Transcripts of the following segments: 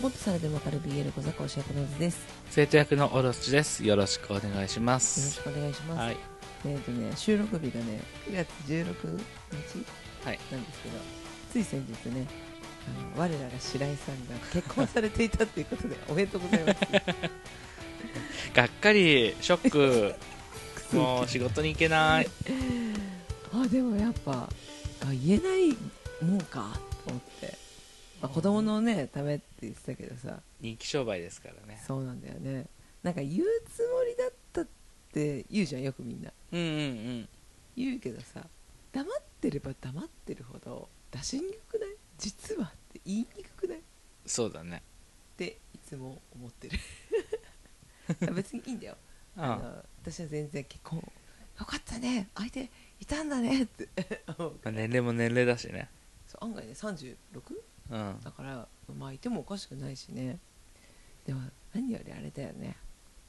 もっとされてもわかる BL 小坂教え子のずです生徒役のオロチですよろしくお願いしまよろしすくお願いします、はいえっ、とね収録日がね9月16日はいなんですけどつい先日ねあの我らが白井さんが結婚されていたということでおめでとうございますがっかりショ ックもう仕事に行けない あでもやっぱあ言えないもんかと思って、まあ、子供のねためって言ってたけどさ人気商売ですからねそうなんだよねなんか言うつもりだったって言うじゃんよくみんなうんうん言うけどさ黙ってれば黙ってるほど出しにくくない実はって言いにくくないっそうだねていつも思って るあ別にいいんだようんあまの私は全然結婚よかったね相手いたんだねって 思うあ年齢も年齢だしねそう案外ね 36? うんだからまあいてもおかしくないしねでも何よりあれだよね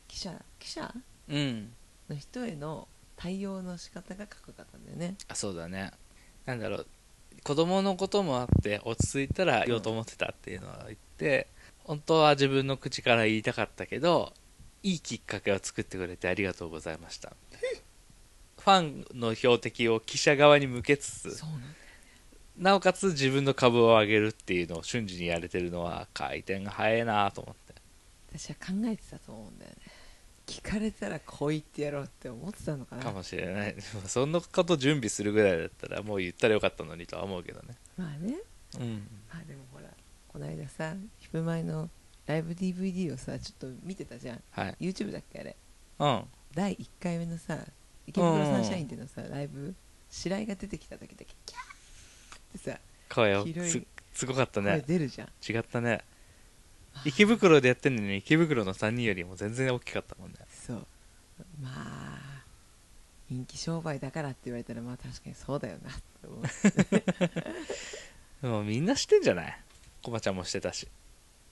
記者記者うんの人への対応の仕方がかっこよかったんだよねあそうだねなんだろう子供のこともあって落ち着いたら言おうと思ってたっていうのは言って、本当は自分の口から言いたかったけどいいきっかけを作ってくれてありがとうございましたファンの標的を記者側に向けつつうなんだなおかつ自分の株を上げるっていうのを瞬時にやれてるのは回転が早いなと思って私は考えてたと思うんだよね聞かれたらこう言ってやろうって思ってたのかなかもしれないそんなこと準備するぐらいだったらもう言ったらよかったのにとは思うけどねまあねうんまあでもほらこの間さひぶまいのライブ DVD をさちょっと見てたじゃんはい YouTube だっけあれうん第1回目のさ池袋サンシャインでのさライブ白井が出てきた時だけキャーってさ声を広いすすごかった声ね出るじゃん、違ったね池袋でやってんのに池袋の3人よりも全然大きかったもんねそうまあ人気商売だからって言われたらまあ確かにそうだよなって思う でもみんなしてんじゃないコマちゃんもしてたし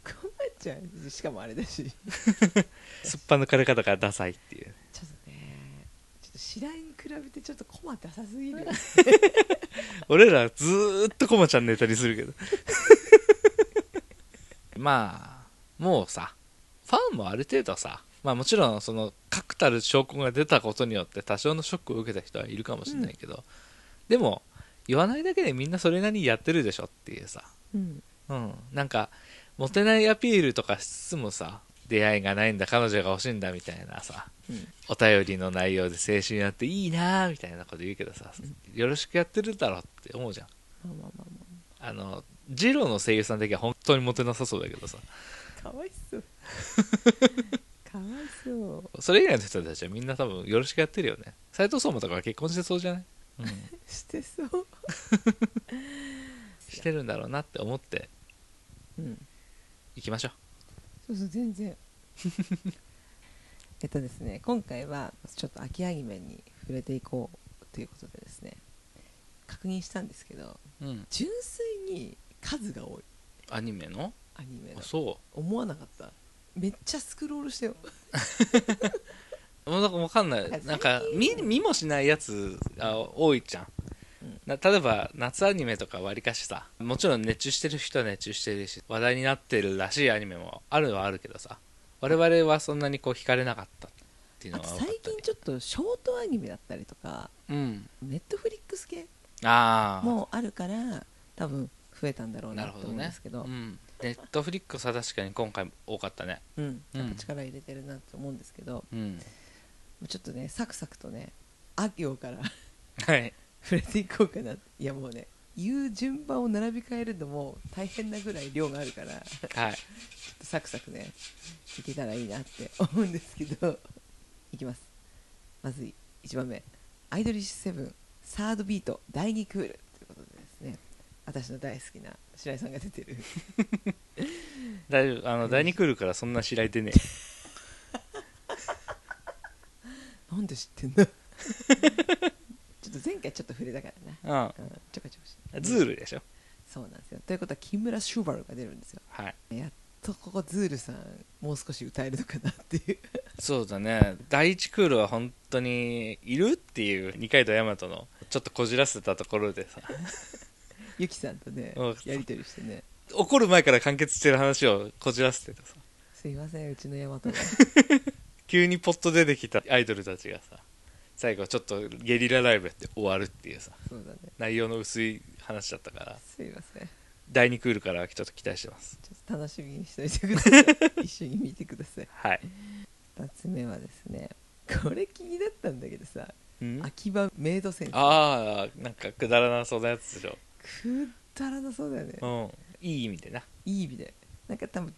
困っちゃうしかもあれだしすっぱ抜かれ方がダサいっていうちょっとねちょっと白井に比べてちょっとコマダサすぎるよね俺らずーっとコマちゃんネタにするけど まあもうさファンもある程度さまあもちろんその確たる証拠が出たことによって多少のショックを受けた人はいるかもしれないけど、でも言わないだけでみんなそれなりにやってるでしょっていうさうんうん、なんかモテないアピールとかしつつもさ出会いがないんだ彼女が欲しいんだみたいなさうんお便りの内容で青春やっていいなーみたいなこと言うけどさ、よろしくやってるだろって思うじゃんまあまあまああのジローの声優さんだけは本当にモテなさそうだけどさまあかわい そうかわいそうそれ以外の人たちはみんな多分よろしくやってるよね斎藤聡馬とかは結婚してそうじゃない、うん、してそう してるんだろうなって思ってうんいきましょそうそう全然 えっとですね今回はちょっと秋アニメに触れていこうということでですね確認したんですけどう、うん、純粋に数が多いアニメのアニメあのそ思わなかっためっちゃスクロールしてようもうなんかわかんない最近なんか見見もしないやつが多いじゃんうんな例えば夏アニメとかわりかしさもちろん熱中してる人は熱中してるし話題になってるらしいアニメもあるのはあるけどさ我々はそんなにこう惹かれなかったっていうあのとは最近ちょっとショートアニメだったりとかうんネットフリックス系ああもうあるから多分増えたんだろうななるとほ思うんどでねすけどうん、ネットフリックスは確かに今回多かったねうんうんやっぱ力入れてるなと思うんですけど、 うんちょっとねサクサクとねあ行から はい触れていこうかないやもうね言う順番を並び替えるのも大変なぐらい量があるからちょっはいとサクサクねいけたらいいなって思うんですけどいきますまず1番目アイドリッシュセブンサードビート第2クールということでですね私の大好きな白井さんが出てる大丈夫あの第2クールからそんな知られてねなんで知ってん だちょっと前回ちょっと触れたからな、え、うんうん、ちょこちょこしてズールでしょそうなんですよということは木村シュバルが出るんですよはいやっとここズールさんもう少し歌えるのかなっていう そうだね第1クールは本当にいるっていう二階堂大和のちょっとこじらせたところでさユキさんとねうんやり取りしてね怒る前から完結してる話をこじらせてたさすいませんうちのヤマトが急にポッと出てきたアイドルたちがさ最後ちょっとゲリラライブやって終わるっていうさそうだね内容の薄い話だったからすいません第2クールからはちょっと期待してますちょっと楽しみにしておいてください 一緒に見てくださいはい、 2つ目はですねこれ気になったんだけどさうん、あ秋葉メイドセンターあーなんかくだらなそうなやつでしょくだらなそうだよねうんいい意味でないい意味でなんか多分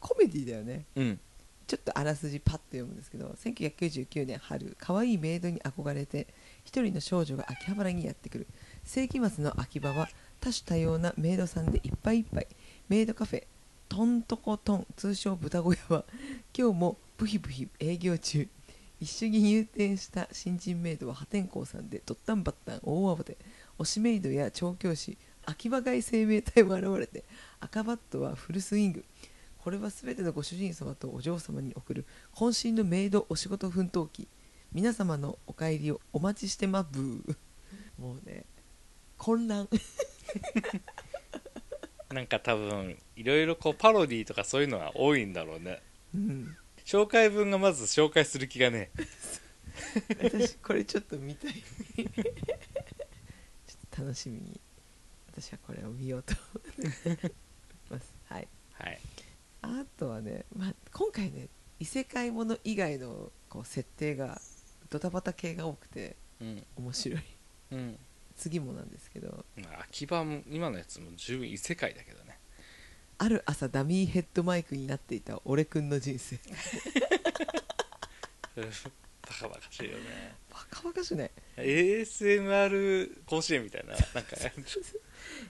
コメディだよねうんちょっとあらすじパッと読むんですけど1999年春可愛いメイドに憧れて一人の少女が秋葉原にやってくる世紀末の秋葉は多種多様なメイドさんでいっぱいいっぱいメイドカフェトントコトン通称豚小屋は今日もブヒブヒ営業中一緒に入店した新人メイドは破天荒さんでドッタンバッタン大慌て推しメイドや調教師秋葉外生命体も現れて赤バットはフルスイングこれは全てのご主人様とお嬢様に送る渾身のメイドお仕事奮闘記皆様のお帰りをお待ちしてまブーもうね混乱なんか多分いろいろこうパロディーとかそういうのは多いんだろうねうん紹介文がまず紹介する気がね私これちょっと見たいちょっと楽しみに私はこれを見ようと思ってますはいはいあとはね、まあ、今回ね異世界もの以外のこう設定がドタバタ系が多くてうん面白いうん次もなんですけどまあ秋葉も今のやつも十分異世界だけどねある朝ダミーヘッドマイクになっていた俺くんの人生うん バカバカしいよねバカバカしない ASMR 甲子園みたいななん か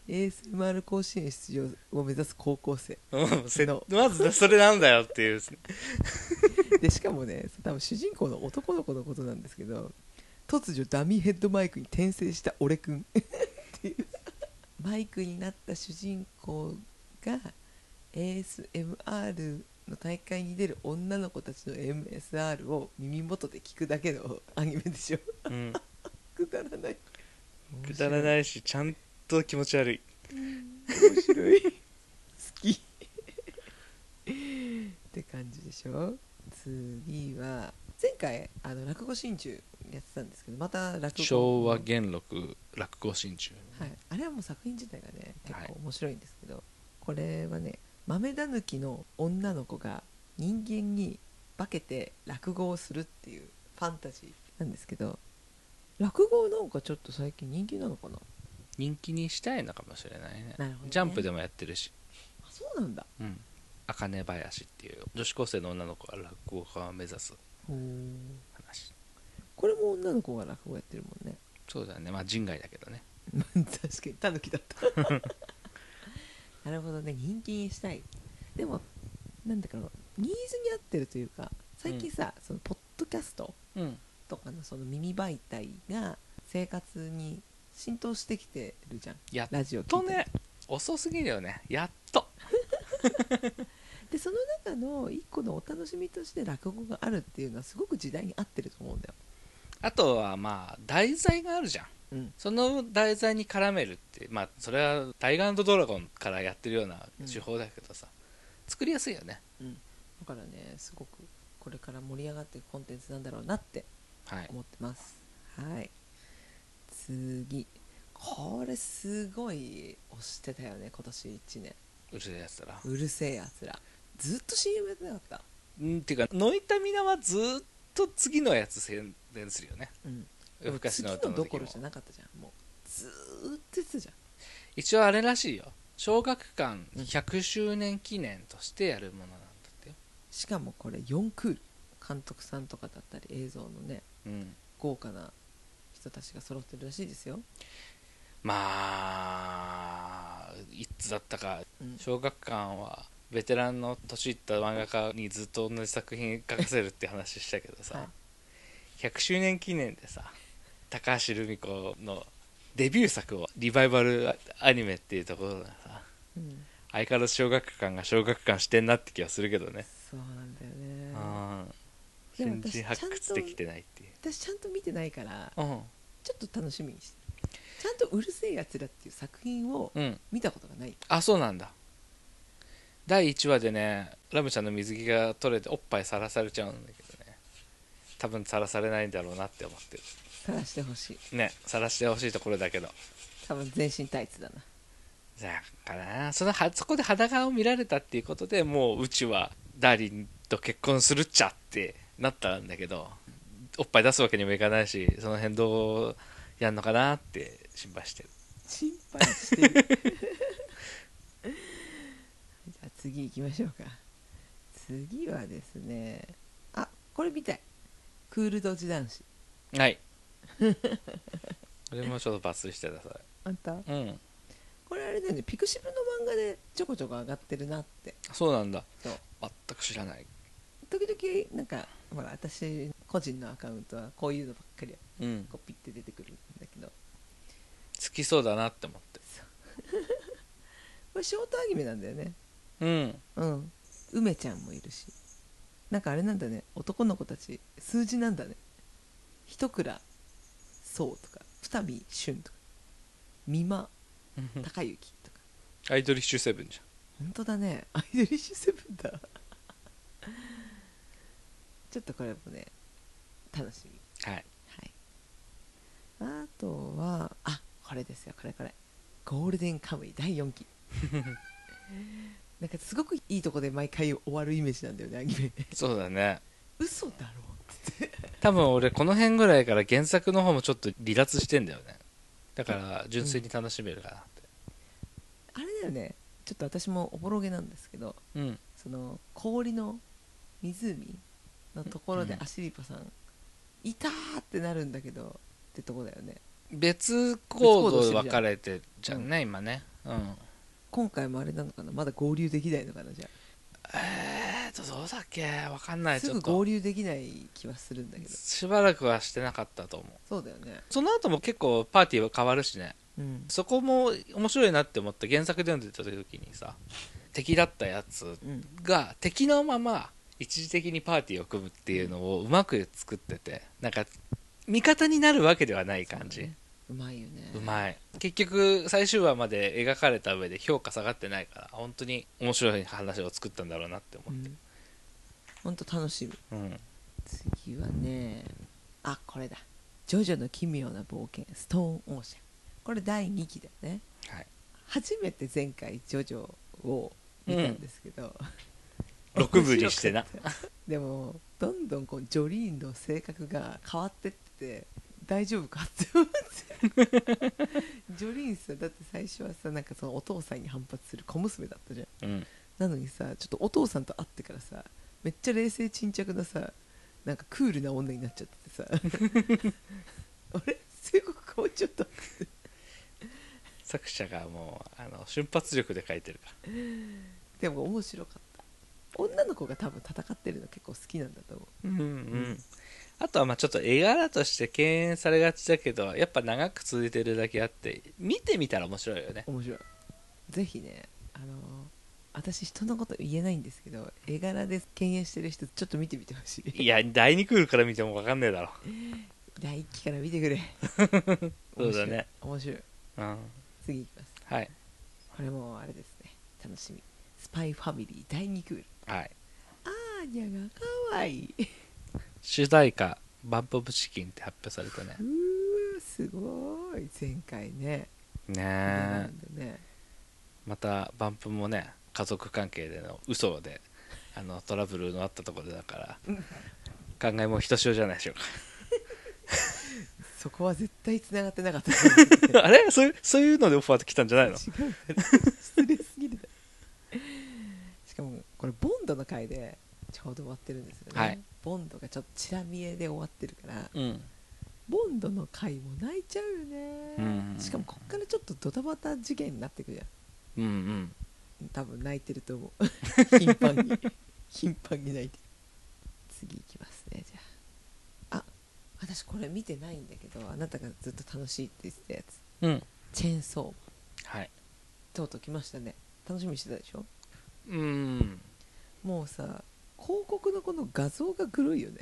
ASMR 甲子園出場を目指す高校生うんせ のまずそれなんだよっていうでしかもね多分主人公の男の子のことなんですけど突如ダミーヘッドマイクに転生した俺くんっていうマイクになった主人公が ASMR の大会に出る女の子たちの MSR を耳元で聞くだけのアニメでしょうんくだらないくだらいないしちゃんと気持ち悪い面白い好きって感じでしょ次は前回あの落語真珠やってたんですけどまた落語昭和元禄落語心中はい、あれはもう作品自体がね結はい構面白いんですけど、これはね豆狸の女の子が人間に化けて落語をするっていうファンタジーなんですけど落語なんかちょっと最近人気なのかな人気にしたいのかもしれないねなるほどねジャンプでもやってるしあそうなんだうん茜林っていう女子高生の女の子が落語家を目指す話これも女の子が落語やってるもんねそうだねまあ人外だけどね確かにタヌキだった なるほどね人気にしたいでもなんだかろうニーズに合ってるというか最近さ、そのポッドキャストうんとかのその耳媒体が生活に浸透してきてるじゃんやっラジオ聞といて、ね遅すぎるよねやっとでその中の一個のお楽しみとして落語があるっていうのはすごく時代に合ってると思うんだよ、あとはまあ題材があるじゃんうん、その題材に絡めるってまあそれは「タイガードラゴン」からやってるような手法だけどさ、作りやすいよねだからねすごくこれから盛り上がっていくコンテンツなんだろうなってはい思ってますはい次これすごい押してたよね今年1年うるせえやつだなうるせえやつらずっと CM やってなかったうんっていうかノイタミナはずーっと次のやつ宣伝するよねうん夜更かしの次歌のの時どもころじゃなかったじゃんもうずーっとやってたじゃん一応あれらしいよ小学館100周年記念としてやるものなんだってよしかもこれ4クール監督さんとかだったり映像のねうん豪華な人たちが揃ってるらしいですよ、まあいつだったかうん、小学館はベテランの年いった漫画家にずっと同じ作品書かせるって話したけどさ、はい100周年記念でさ高橋留美子のデビュー作をリバイバルアニメっていうところがさうん相変わらず小学館が小学館してんなって気はするけどね、そうなんだよねうんでも新人発掘できてないっていう私ちゃんと見てないからうんちょっと楽しみにしてるちゃんと「うるせえやつら」っていう作品をうん見たことがないあそうなんだ第1話でねラムちゃんの水着が取れておっぱいさらされちゃうんだけどね多分さらされないんだろうなって思ってるさらしてほしいねさらしてほしいところだけど多分全身タイツだなだからなそのはそこで裸を見られたっていうことでもううちはダーリンと結婚するっちゃってなったんだけどおっぱい出すわけにもいかないしその辺どうやんのかなって心配してる心配して るじゃあ次行きましょうか次はですねあこれ見たいクールドジ男子はい これもちょっと抜粋してたそあんたれうんこれあれだよねピクシブの漫画でちょこちょこ上がってるなってそうなんだそう全く知らない時々なんかほら私個人のアカウントはこういうのばっかりうんこうピッて出てくるんだけど好きそうだなって思ってこれショートアニメなんだよねうんうん梅ちゃんもいるしなんかあれなんだね男の子たち数字なんだね一倉そうとか二見俊とか美馬高之とかアイドリッシュセブンじ本当だねアイドリッシュセブンだ ちょっとこれもね楽しみゃんはいはいあとはあこれですよこれこれゴールデンカムイ第4期 なんかすごくいいとこで毎回終わるイメージなんだよねアニメそうだね嘘だろって多分俺この辺ぐらいから原作の方もちょっと離脱してんだよねだから純粋に楽しめるかなってあれだよねちょっと私もおぼろげなんですけどうん、その氷の湖のところでうんアシリパさん、いたーってなるんだけどってとこだよね別行動で分かれてじゃんね、今ねうん今回もあれなのかなまだ合流できないのかなじゃえーとどうだっけ分かんなあいすちょぐっ合と流できない気はするんだけどしばらくはしてなかったと思うそうだよねその後も結構パーティーは変わるしねうんそこも面白いなって思った原作で読んでた時にさ敵だったやつうんが敵のまま一時的にパーティーを組むっていうのをうまく作っててなんか味方になるわけではない感じうまいよねうまい結局最終話まで描かれた上で評価下がってないから本当に面白い話を作ったんだろうなってう思ってんほんと楽しみうん次はねあこれだ「ジョジョの奇妙な冒険ストーンオーシャン」これ第2期だよねはい初めて前回ジョジョを見たんですけど、六部にしてなでもどんどんこうジョリーンの性格が変わってって大丈夫かって思って ジョリーンさだって最初はさなんかそのお父さんに反発する小娘だったじゃんうんなのにさちょっとお父さんと会ってからさめっちゃ冷静沈着なさなんかクールな女になっちゃって てさあれ性格変わっちゃった作者がもうあの瞬発力で書いてるかでも面白かった女の子が多分戦ってるの結構好きなんだと思らうんうんあとはまあちょっと絵柄として敬遠されがちだけどやっぱ長く続いてるだけあって見てみたら面白いよねう面白いぜひねあの私人のこと言えないんですけど絵柄で敬遠してる人ちょっと見てみてほしいいや第2クールから見ても分かんねえだろ第一期から見てくれ そうだね面白い面白いうん次いきますはいこれもあれですね楽しみスパイファミリー第2クールはいアーニャが可愛い主題歌「バンプ・オブ・チキン」って発表されたねうーすごい前回ねねえ見れないんだねまたバンプもね家族関係での嘘であのトラブルのあったところだから考えもひとしおじゃないでしょうそこは絶対繋がってなかったか あれそういうそういうのでオファー来たんじゃないの違う失礼すぎるしかもこれボンドの回でちょうど終わってるんですよね、はいボンドがちょっとちら見えで終わってるからうんボンドの回も泣いちゃうよね、うんしかもこっからちょっとドタバタ事件になってくじゃんうんうん多分泣いてると思う頻繁に頻繁に泣いてる次いきますねじゃああ私これ見てないんだけどあなたがずっと楽しいって言ってたやつうんチェーンソーマンはいとうとう来ましたね楽しみにしてたでしょうんもうさ広告のこの画像がグロいよね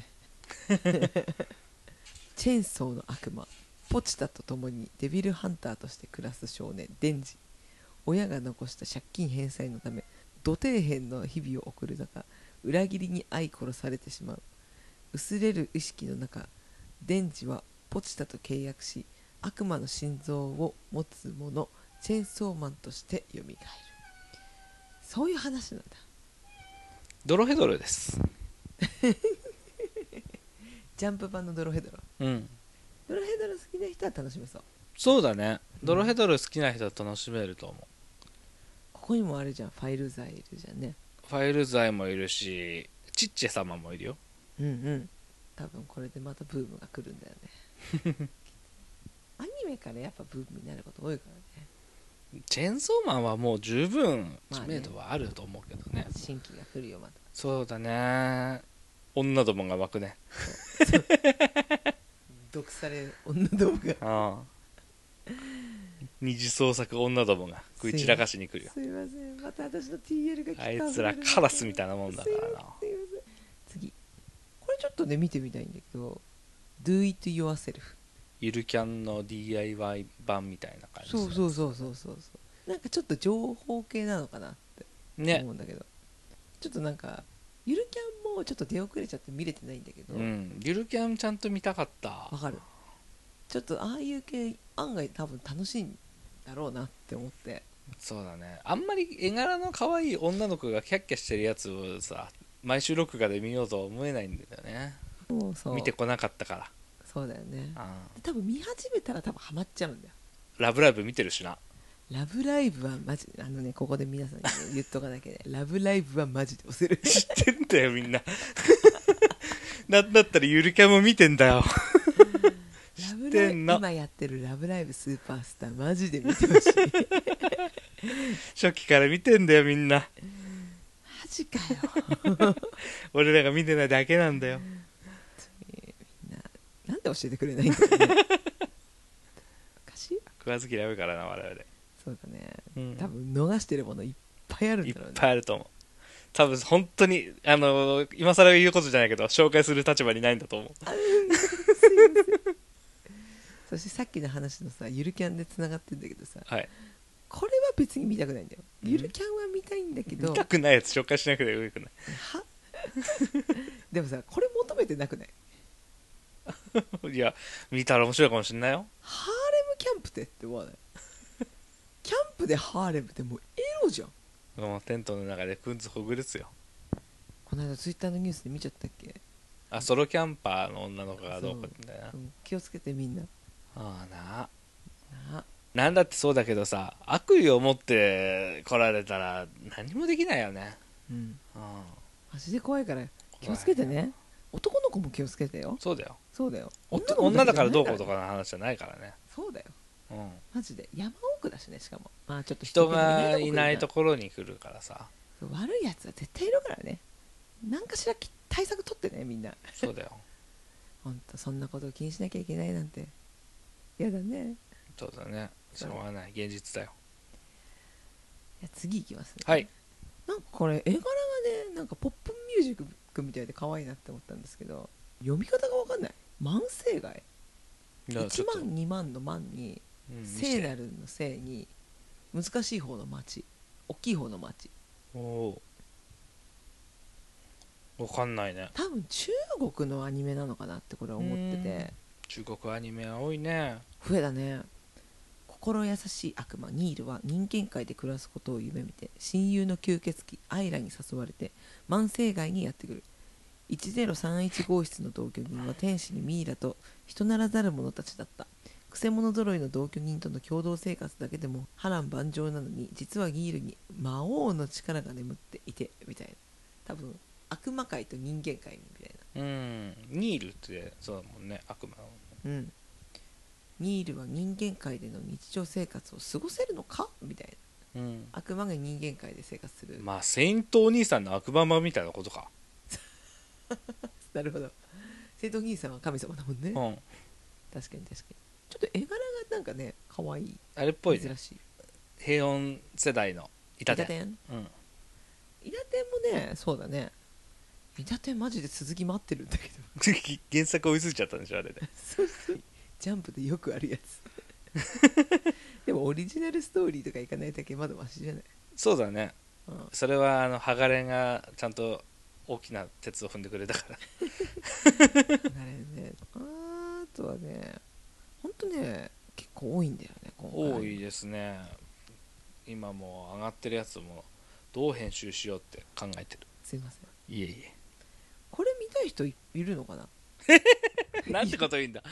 チェーンソーの悪魔ポチタと共にデビルハンターとして暮らす少年デンジ親が残した借金返済のため土底辺の日々を送る中裏切りに相殺されてしまう薄れる意識の中デンジはポチタと契約し悪魔の心臓を持つ者チェーンソーマンとして蘇るそういう話なんだドロヘドロですジャンプ版のドロヘドロうんドロヘドロ好きな人は楽しめそうそうだねうんドロヘドロ好きな人は楽しめると思う、ここにもあるじゃんファイルザイいるじゃんねファイルザイもいるしチッチェ様もいるようんうん多分これでまたブームが来るんだよね アニメからやっぱブームになること多いからねチェーンソーマンはもう十分まあ知ね名度はあると思うけどね,、新規が来るよまたそうだね女どもが湧くね毒され女どもがああ 二次創作女どもが食い散らかしに来るよすいませんまた私の TL が来たあいつらカラスみたいなもんだからすいまなせんすいません次これちょっとね見てみたいんだけど「Do it yourself ゆるキャンの DIY 版みたいな」感じそうそうそうそうそうそうなんかちょっと情報系なのかなってね思うんだけど、ちょっとなんかゆるキャンもちょっと出遅れちゃって見れてないんだけどうわ、んゆるキャンちゃんと見たかったかるちょっとああいう系案外多分楽しいんだろうなって思ってそうだねあんまり絵柄の可愛い女の子がキャッキャしてるやつをさ毎週録画で見ようとは思えないんだよねもうそう見てこなかったからそうだよねああで多分見始めたら多分ハマっちゃうんだよラブライブ見てるしな 「ラブライブ!」はマジあのねここで皆さんに、ね、言っとかなきゃね「 ラブライブ!」はマジで押せる知ってんだよみんな なんだったらゆるキャンも見てんだよ ラブラてイんブの今やってる「ラブライブスーパースター」マジで見 てほしい初期から見てんだよみんなマジかよ俺らが見てないだけなんだよみんななんで教えてくれないんだろう ねおかしい食わず嫌い多いからな我々、そうだねうん多分逃してるものいっぱいあるんいっだろうねぱいあると思う多分本当にあの今更言うことじゃないけど紹介する立場にないんだと思うそしてさっきの話のさゆるキャンでつながってんだけどさはいこれは別に見たくないんだようんゆるキャンは見たいんだけど、見たくないやつ紹介しなくてよくないは でもさこれ求めてなくない いや見たら面白いかもしれないよハーレムキャンプってって思わないキャンプでハーレムってもうエロじゃんもうテントの中でくんずほぐれつよこの間ツイッターのニュースで見ちゃったっけ、あソロキャンパーの女の子がどうこうみたいなうん、気をつけてみんなああななあなんだってそうだけどさ悪意を持って来られたら何もできないよねうんうんマジで怖いから気をつけてね男の子も気をつけてよそうだよそうだよ女の子女だからじゃどないうこうとかの話じゃないからね、そうだようん、マジで山奥だしねしかもまあちょっと人がいないとこころに来るからさ悪いやつは絶対いるからね何かしらき対策取ってねみんなそうだよほんとそんなことを気にしなきゃいけないなんてやだねそうだねしょうがない現実だよいや次いきますねはいなんかこれ絵柄がねなんかポップミュージックみたいで可愛いなって思ったんですけど読み方が分かんない万世街じゃあち1ょっと万2万の万にうん見せ聖てなるの聖に難しい方の町大きい方の町おおわかんないね多分中国のアニメなのかなってこれ思ってて中国アニメは多いね増えだね心優しい悪魔ニールは人間界で暮らすことを夢見て親友の吸血鬼アイラに誘われて万世街にやってくる1031号室の同居人は天使にミイラと人ならざる者たちだったくせ者揃いの同居人との共同生活だけでも波乱万丈なのに実はニールに魔王の力が眠っていてみたいな多分悪魔界と人間界みたいなうんニールってそうだもんね悪魔のうん、ニールは人間界での日常生活を過ごせるのかみたいなうん悪魔が人間界で生活する、まあセイントお兄さんの悪魔版みたいなことかなるほど生徒兄さんは神様だもんね、うん確かに確かにちょっと絵柄がなんかね可愛いあれっぽいね珍しい平穏世代の板手天うん イダテンもねそうだねイダテンマジで続き待ってるんだけど原作追いついちゃったんでしょあれでそうそうジャンプでよくあるや つでもオリジナルストーリーとかいかないだけまだマシじゃないそうだねうんそれはあの鋼がちゃんと大きな鉄を踏んでくれたからあれねあとはねほんとね結構多いんだよね今回多いですね今もう上がってるやつもどう編集しようって考えてるすいませんいえいえこれ見たい人いいるのかな なんてこと言うんだ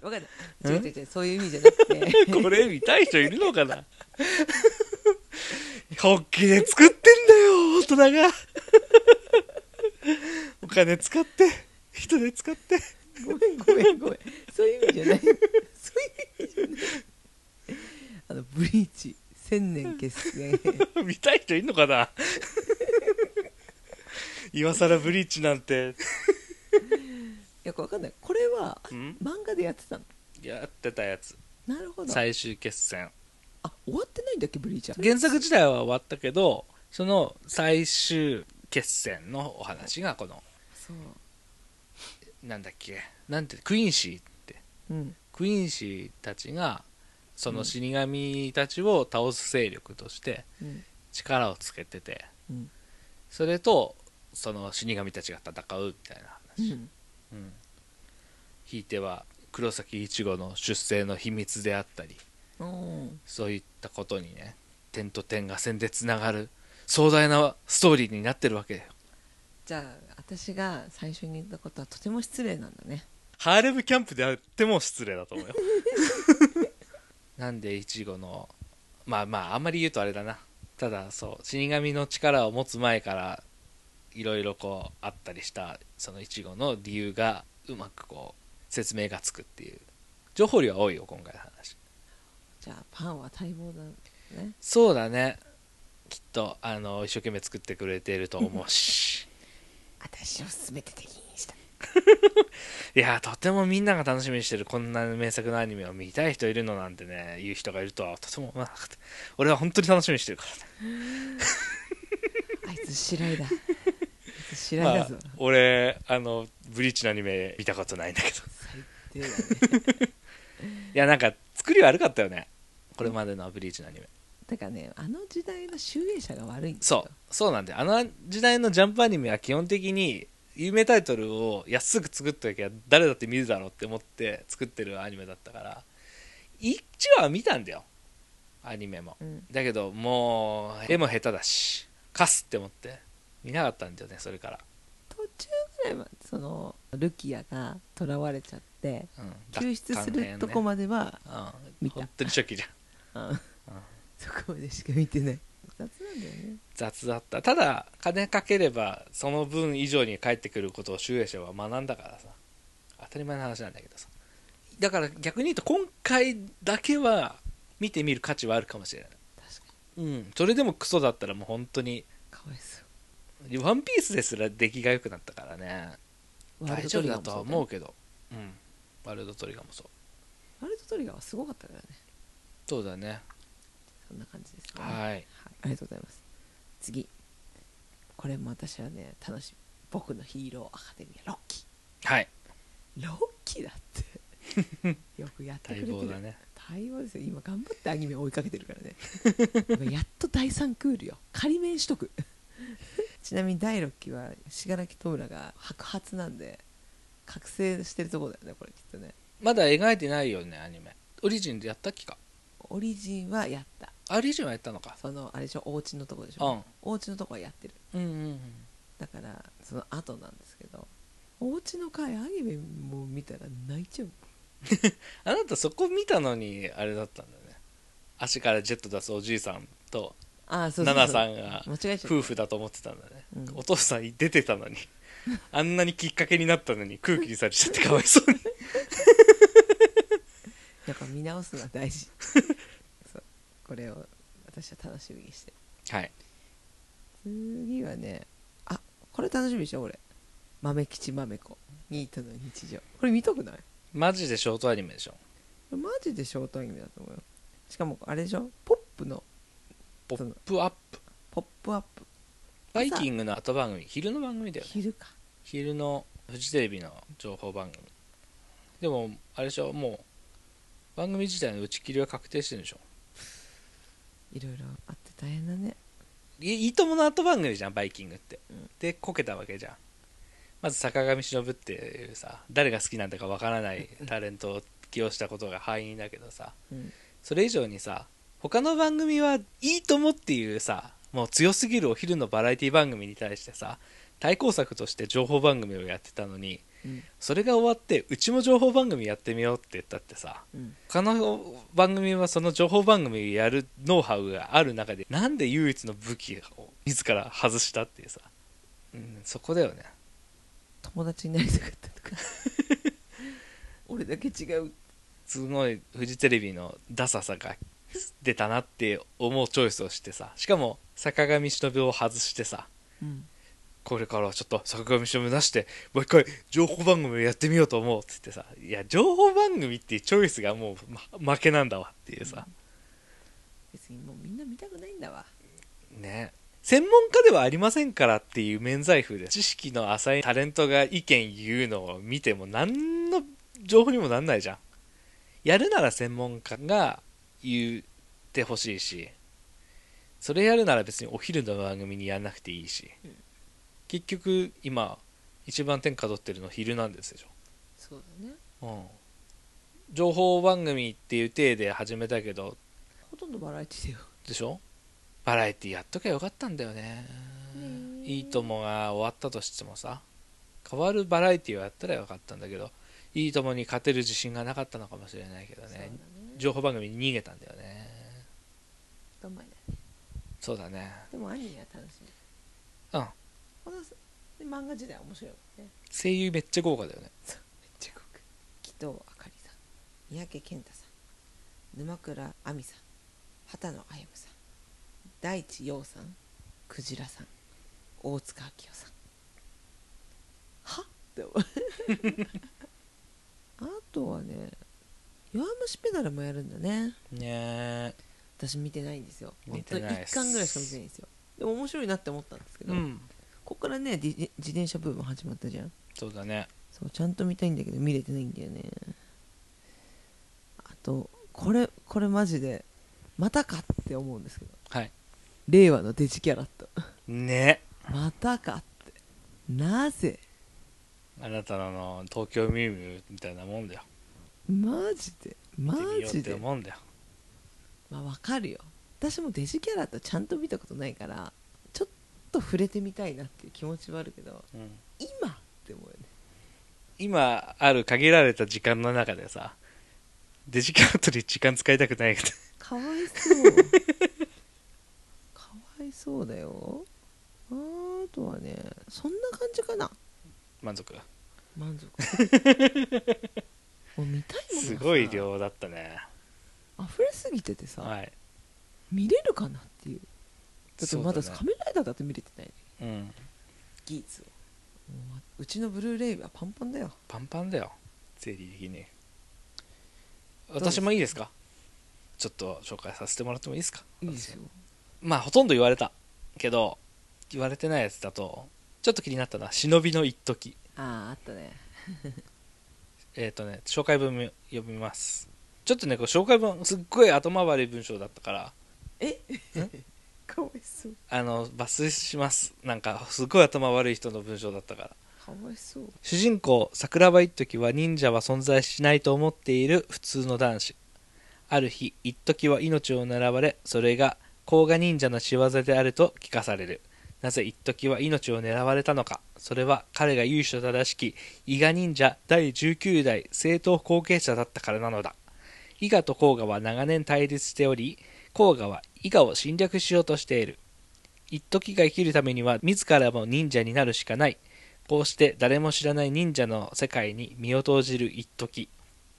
わ かんない違う違う違うそういう意味じゃ なくて これ見たい人いるのか な本気で作ってんだよ大 人がお金使って人で使ってごめんごめんごめんそういう意味じゃないそういう意味じゃないあのブリーチ千年決 戦見たい人いるのかな 今更ブリーチなんいてやわかんないこれはん漫画でやってたのやってたやつなるほど最終決戦あ終わってないんだっけブリーチは原作自体は終わったけどその最終決戦のお話がこのそうなんだっけなんてクインシーってうんクインシーたちがその死神たちを倒す勢力としてうん力をつけててうんそれとその死神たちが戦うみたいなう話、んうん、ひいては黒崎一護の出生の秘密であったりうんそういったことにね点と点が線でつながる壮大なストーリーになってるわけよじゃあ私が最初に言ったことはとても失礼なんだねハーレムキャンプであっても失礼だと思うよ なんで一護のまあまああんまり言うとあれだなただそう死神の力を持つ前からいろいろこうあったりしたその一護の理由がうまくこう説明がつくっていう情報量は多いよ今回の話じゃあパンは待望だねそうだねきっとあの一生懸命作ってくれてると思う し私を勧めて敵にしたいやとてもみんなが楽しみにしてるこんな名作のアニメを見たい人いるのなんてね言う人がいるとはとても思わなかった俺は本当に楽しみにしてるからねあいつ白いだあいつ白い だぞ、まあ俺あのブリーチのアニメ見たことないんだけど最低だねいやなんか作り悪かったよねこれまでのブリーチのアニメだからねあの時代の集英者が悪いんだよそうそうなんであの時代のジャンプアニメは基本的に有名タイトルを安く作っときゃ誰だって見るだろうって思って作ってるアニメだったから一話は見たんだよアニメもうんだけどもう絵も下手だしカスって思って見なかったんだよねそれから、途中ぐらいまでそのルキアが囚われちゃってうん、救出するとこままでは、うん、見た本当に初期じゃんうんそこまでしか見てない雑なんだよね雑だったただ金かければその分以上に返ってくることを集英社は学んだからさ当たり前の話なんだけどさだから逆に言うと今回だけは見てみる価値はあるかもしれない確かうんそれでもクソだったらもう本当ににかわいそう「ワンピースですら出来が良くなったからねワー大ルド丈ト夫リガだーもとはそう思ようけどうんワールドトリガーもそうワールドトリガーはすごかったからねそうだねそんな感じですねはいはいありがとうございます次これも私はね楽しみ僕のヒーローアカデミアロッキはいーロッキーだって よくやってく待れて望るだね対応ですよ今頑張ってアニメ追いかけてるからね今やっと第3クールよ仮面しとく ちなみに第6期は信楽戸村が白髪なんで覚醒してるとこだよねこれきっとねまだ描いてないよねアニメオリジンでやったっけかオリジンはやったあオリジンはやったのかそのあれでしょお家のとこでしうょんお家のとこはやってるうんうんうんだからその後なんですけどお家の回アニメもう見たら泣いちゃうあなたそこ見たのにあれだったんだね足からジェット出すおじいさんとああそうそナうそうナさんが間違えちゃった夫婦だと思ってたんだね、うんお父さん出てたのに あんなにきっかけになったのに空気にされちゃってかわい そうにやっぱ見直すのは大事 そうこれを私は楽しみにしてはい次はねあこれ楽しみでしょ俺豆吉豆子ニートの日常これ見たくないマジでショートアニメでしょマジでショートアニメだと思うよしかもあれでしょポップのポップアップポップアップバイキングの後番組昼の番組だよね昼か昼のフジテレビの情報番組でもあれでしょもう番組自体の打ち切りは確定してるんでしょいろいろあって大変だねいいいともの後番組じゃんバイキングって、うんでこけたわけじゃんまず坂上忍っていうさ誰が好きなんだかわから ないタレントを起用したことが敗因だけどさうんそれ以上にさ他の番組はいいともっていうさもう強すぎるお昼のバラエティ番組に対してさ対抗策として情報番組をやってたのにうんそれが終わってうちも情報番組やってみようって言ったってさうん他の番組はその情報番組やるノウハウがある中でなんで唯一の武器を自ら外したっていうさ、うん、そこだよね友達になりたかったとか 俺だけ違うすごいフジテレビのダサさが出たなって思うチョイスをしてさしかも坂上忍を外してさうんこれからはちょっと坂上忍なしでもう一回情報番組をやってみようと思うって言ってさいや情報番組っていうチョイスがもう、ま負けなんだわっていうさ、別にもうみんな見たくないんだわね専門家ではありませんからっていう免罪符で知識の浅いタレントが意見言うのを見ても何の情報にもなんないじゃんやるなら専門家が言ってほしいしそれやるなら別にお昼の番組にやんなくていいし、うん結局今一番天下取ってるの昼なんですでしょそうだねうん情報番組っていう体で始めたけどほとんどバラエティだよでしょバラエティやっときゃよかったんだよねねえいいともが終わったとしてもさ変わるバラエティをやったらよかったんだけどいいともに勝てる自信がなかったのかもしれないけどそうだねね情報番組に逃げたんだよねどんまいだそうだねでもアニメは楽しみうんこので漫画時代は面白いもんね声優めっちゃ豪華だよねめっちゃ濃く紀藤あかりさん三宅健太さん沼倉亜美さん畑野歩夢さん大地陽さんクジラさん大塚明夫さんはって思うあとはね弱虫ペダルもやるんだねねえ私見てないんですよ見てな本い当に1巻ぐらいしか見てないんですよでも面白いなって思ったんですけど、うんここからね自自転車ブーム始まったじゃんそうだねそうちゃんと見たいんだけど見れてないんだよねあとこれこれマジでまたかって思うんですけどはい令和のデジキャラットねまたかってなぜあなたの東京ミュウミュウみたいなもんだよマジでマ見てみようっジてで思うんだよまあわかるよ私もデジキャラットちゃんと見たことないからちょっと触れてみたいなっていう気持ちはあるけどうん今って思うよね今ある限られた時間の中でさデジキャラットに時間使いたくないけど かわいそうかわいそうだよあとはねそんな感じかな満足満足もう見たいものがさすごい量だったね溢れすぎててさ、はい見れるかなっていうだってそうまだね仮面ライダーだって見れてないねうんギーツをもううちのブルーレイはパンパンだよパンパンだよゼリー的にうです私もいいですかちょっと紹介させてもらってもいいですかいいですよまあほとんど言われたけど言われてないやつだとちょっと気になったのは忍びの一時あああったねえっ、とね紹介文読みますちょっとねこう紹介文すっごい後回り文章だったからえ かわいそうあの抜粋しますなんかすごい頭悪い人の文章だったからかわいそう主人公桜庭一時は忍者は存在しないと思っている普通の男子ある日一時は命を狙われそれが甲賀忍者の仕業であると聞かされるなぜ一時は命を狙われたのかそれは彼が由緒正しき伊賀忍者第19代政党後継者だったからなのだ伊賀と甲賀は長年対立しており甲賀は伊賀を侵略しようとしている一時が生きるためには自らも忍者になるしかないこうして誰も知らない忍者の世界に身を投じる一時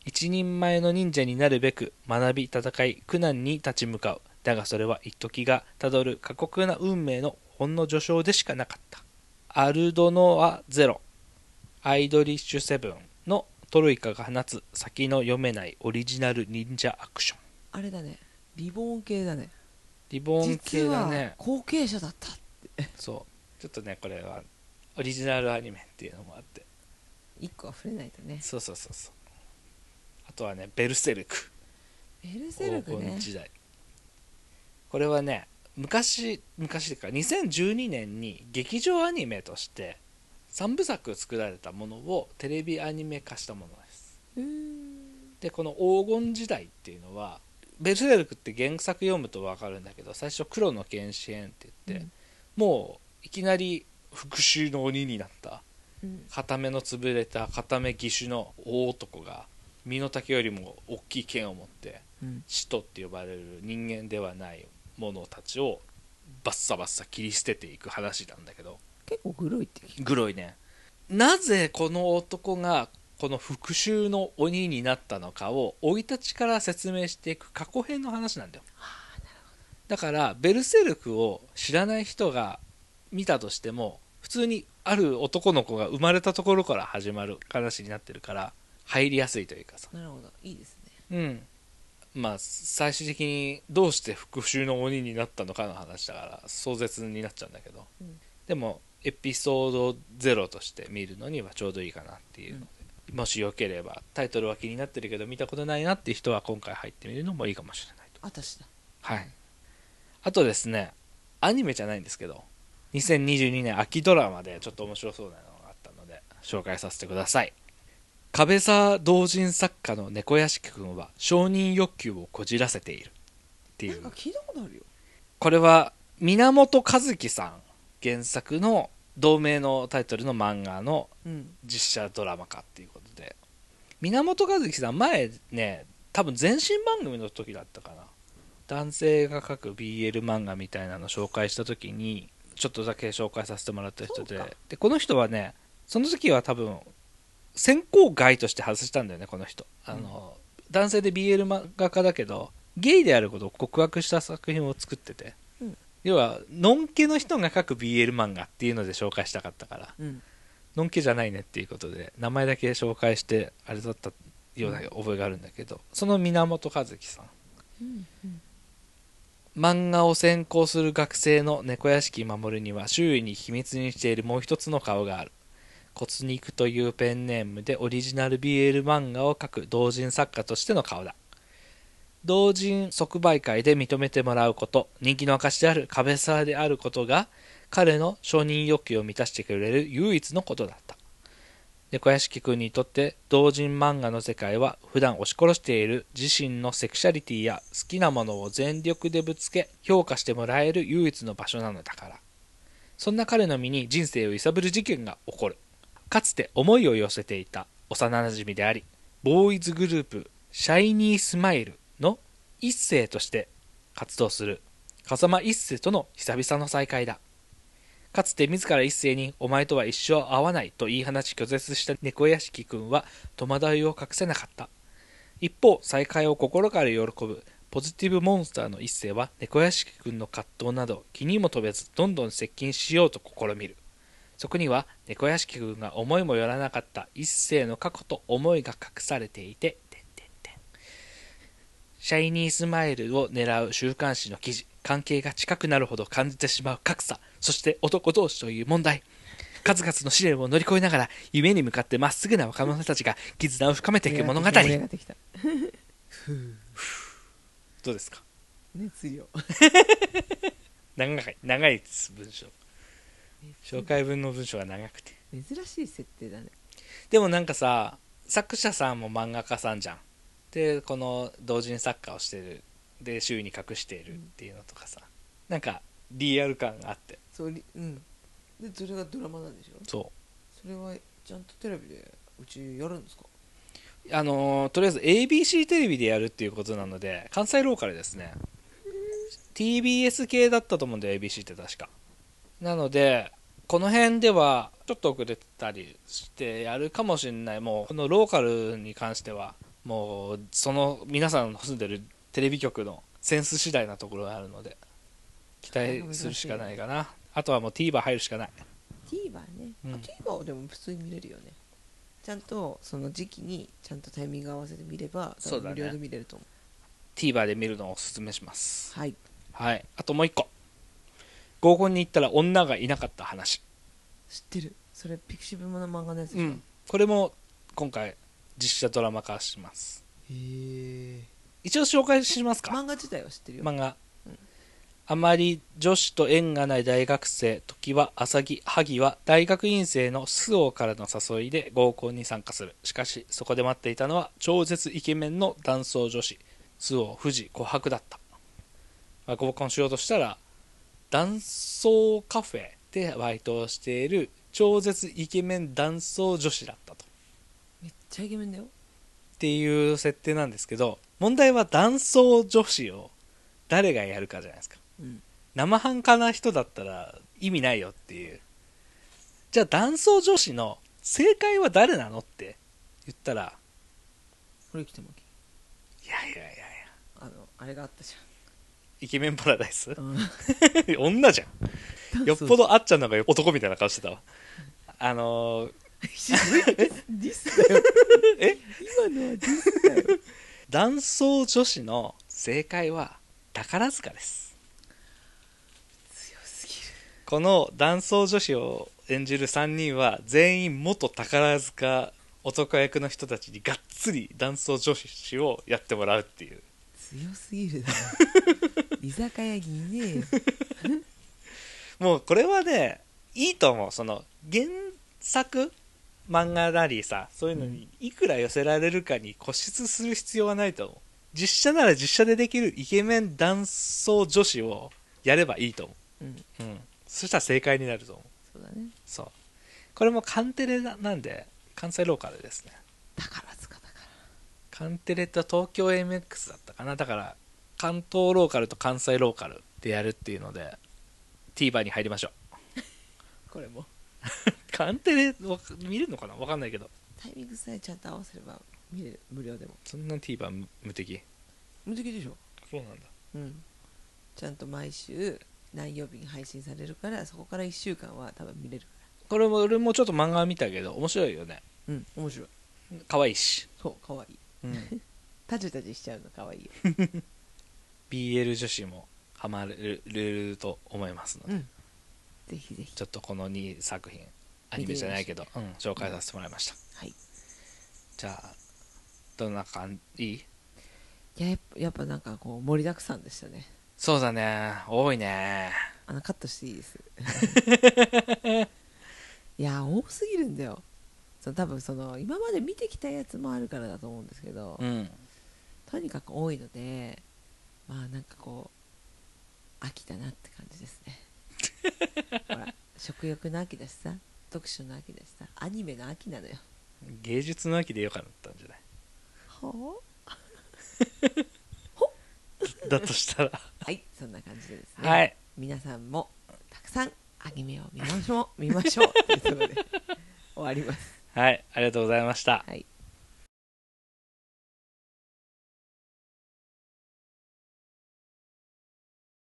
一人前の忍者になるべく学び戦い苦難に立ち向かうだがそれは一時がたどる過酷な運命のほんの序章でしかなかったアルドノアゼロアイドリッシュセブンのトロイカが放つ先の読めないオリジナル忍者アクションあれだねリボン系だねリボン系だ実ねは後継者だったそうちょっとねこれはオリジナルアニメっていうのもあって一個は触れないとねそうそうそうそうあとはね「ベルセルク」エルセル黄クね金時代これはね昔昔でか2012年に劇場アニメとして3部作作られたものをテレビアニメ化したものですうんでこの黄金時代っていうのは「ベルセルク」って原作読むと分かるんだけど最初「黒の原始園」って言って、うんもういきなり復讐の鬼になったうん固めの潰れた固め義手の大男が身の丈よりも大きい剣を持ってうん使徒って呼ばれる人間ではない者たちをバッサバッサ切り捨てていく話なんだけど結構グロいって聞グロいねなぜこの男がこの復讐の鬼になったのかを生い立ちから説明していく過去編の話なんだよだからベルセルクを知らない人が見たとしても普通にある男の子が生まれたところから始まる話になってるから入りやすいというかさくなるほどいいですねうんまあ最終的にどうして復讐の鬼になったのかの話だから壮絶になっちゃうんだけど、うんでもエピソード0として見るのにはちょうどいいかなっていうので、もしよければタイトルは気になってるけど見たことないなっていう人は今回入ってみるのもいいかもしれないと私だはいあとですねアニメじゃないんですけど2022年秋ドラマでちょっと面白そうなのがあったので紹介させてください壁沢同人作家の猫屋敷くんは承認欲求をこじらせているっていなんうか聞いたことあるよこれは源和樹さん原作の同名のタイトルの漫画のうん実写ドラマ化っていうことで源和樹さん前ね多分前身番組の時だったかな男性が書く BL 漫画みたいなの紹介した時にちょっとだけ紹介させてもらった人そうかででこの人はねその時は多分選考外として外したんだよねこの人あの、男性で BL 漫画家だけどゲイであることを告白した作品を作ってて、うん要はのんけの人が書く BL 漫画っていうので紹介したかったからうんのんけじゃないねっていうことで名前だけ紹介してあれだったような覚えがあるんだけどその源和樹さんうん漫画を専攻する学生の猫屋敷守には周囲に秘密にしているもう一つの顔がある骨肉というペンネームでオリジナル BL 漫画を描く同人作家としての顔だ同人即売会で認めてもらうこと人気の証である壁沢であることが彼の承認欲求を満たしてくれる唯一のことだった猫屋敷君にとって同人漫画の世界は普段押し殺している自身のセクシャリティや好きなものを全力でぶつけ評価してもらえる唯一の場所なのだからそんな彼の身に人生を揺さぶる事件が起こるかつて思いを寄せていた幼馴染でありボーイズグループシャイニースマイルの一世として活動する風間一世との久々の再会だかつて自ら一斉に「お前とは一生会わない」と言い放ち拒絶した猫屋敷君は戸惑いを隠せなかった一方再会を心から喜ぶポジティブモンスターの一世は猫屋敷君の葛藤など気にも留めずどんどん接近しようと試みるそこには猫屋敷君が思いもよらなかった一世の過去と思いが隠されていててんてんてんシャイニースマイルを狙う週刊誌の記事関係が近くなるほど感じてしまう格差そして男同士という問題数々の試練を乗り越えながら夢に向かってまっすぐな若者たちが絆を深めていく物語盛り上がってきたどうですか熱量長い長いです文章紹介文の文章が長くて珍しい設定だねでもなんかさ作者さんも漫画家さんじゃんでこの同人作家をしてるで周囲に隠しているっていうのとかさ、なんかリアル感があってそうりうんでそれがドラマなんでしょそそれはちゃんとテレビでうちやるんですかうあのーとりあえず ABC テレビでやるっていうことなので関西ローカルですね TBS 系だったと思うんだよ ABC って確かなのでこの辺ではちょっと遅れてたりしてやるかもしれないもうこのローカルに関してはもうその皆さんの住んでるテレビ局のセンス次第なところがあるので期待するしかないかなあとはもう TVer 入るしかない TVer ね、うんあ TVer でも普通に見れるよねちゃんとその時期にちゃんとタイミング合わせて見れば多そう分だ無ね料で見れると思う TVer で見るのをおすすめしますはいはい。あともう一個。合コンに行ったら女がいなかった話。知ってるそれピクシブの漫画のやつでしょ、へ。これも今回実写ドラマ化します。え一応紹介しますか。漫画自体は知ってるよ、漫画。うんあまり女子と縁がない大学生、時は浅木、萩は大学院生の周防からの誘いで合コンに参加する。しかし、そこで待っていたのは超絶イケメンの男装女子、周防、富士、琥珀だった。まあ、合コンしようとしたら、男装カフェでバイトをしている超絶イケメン男装女子だったと。めっちゃイケメンだよっていう設定なんですけど、問題は男装女子を誰がやるかじゃないですか。うん生半可な人だったら意味ないよっていうじゃあ男装女子の正解は誰なのって言ったら堀北真希いやいやいやいやあのあれがあったじイケメンパラダイス ゃ ん、女じゃうんん、よっぽどあっちゃんの方が男みたいな顔してたわあのーひどいディスディスだよえ今のはディスだよ男装女子の正解は宝塚です強すぎこの男装女子を演じる3人は全員元宝塚男役の人たちにがっつり男装女子をやってもらうっていうる強すぎるだろ 居酒屋にいねえよもうこれはねいいと思うその原作漫画なりさそういうのにいくら寄せられるかに固執する必要はないと思う実写なら実写でできるイケメン男装女子をやればいいと思うんう、うん、そしたら正解になると思うそうだねそうこれもカンテレななんで関西ローカルですね宝塚だからカンテレと東京 MX だったかなだから関東ローカルと関西ローカルでやるっていうので TVer に入りましょうこれもカンテレわか見れるのかなわかんないけどタイミングさえちゃんと合わせれば見れる無料でもそんな TVer 無無敵無敵でしょそうなんだうんちゃんと毎週何曜日に配信されるからそこから1週間は多分見れるかこれも俺もちょっと漫画見たけど面白いよねらうん面白い可愛いし、そうかわいい タジタジしちゃうのかわいいよ BL 女子もハマるると思いますので、うんぜひぜひちょっとこの2作品アニメじゃないけど、うん、紹介させてもらいました、はいいじゃあどんな感じいいややっぱやっぱなんかこう盛りだくさんでしたねそうだね多いねあのカットしていいですいや多すぎるんだよその多分その今まで見てきたやつもあるからだと思うんですけど、うんとにかく多いのでまあなんかこう秋だなって感じですねほら食欲の秋だしさ読書の秋だしさアニメの秋なのよ芸術の秋でよかったんじゃないほうだとしたらはいそんな感じでですね、 はい皆さんもたくさんアニメを見ましょう見ましょうということで終わりますはいありがとうございましたはい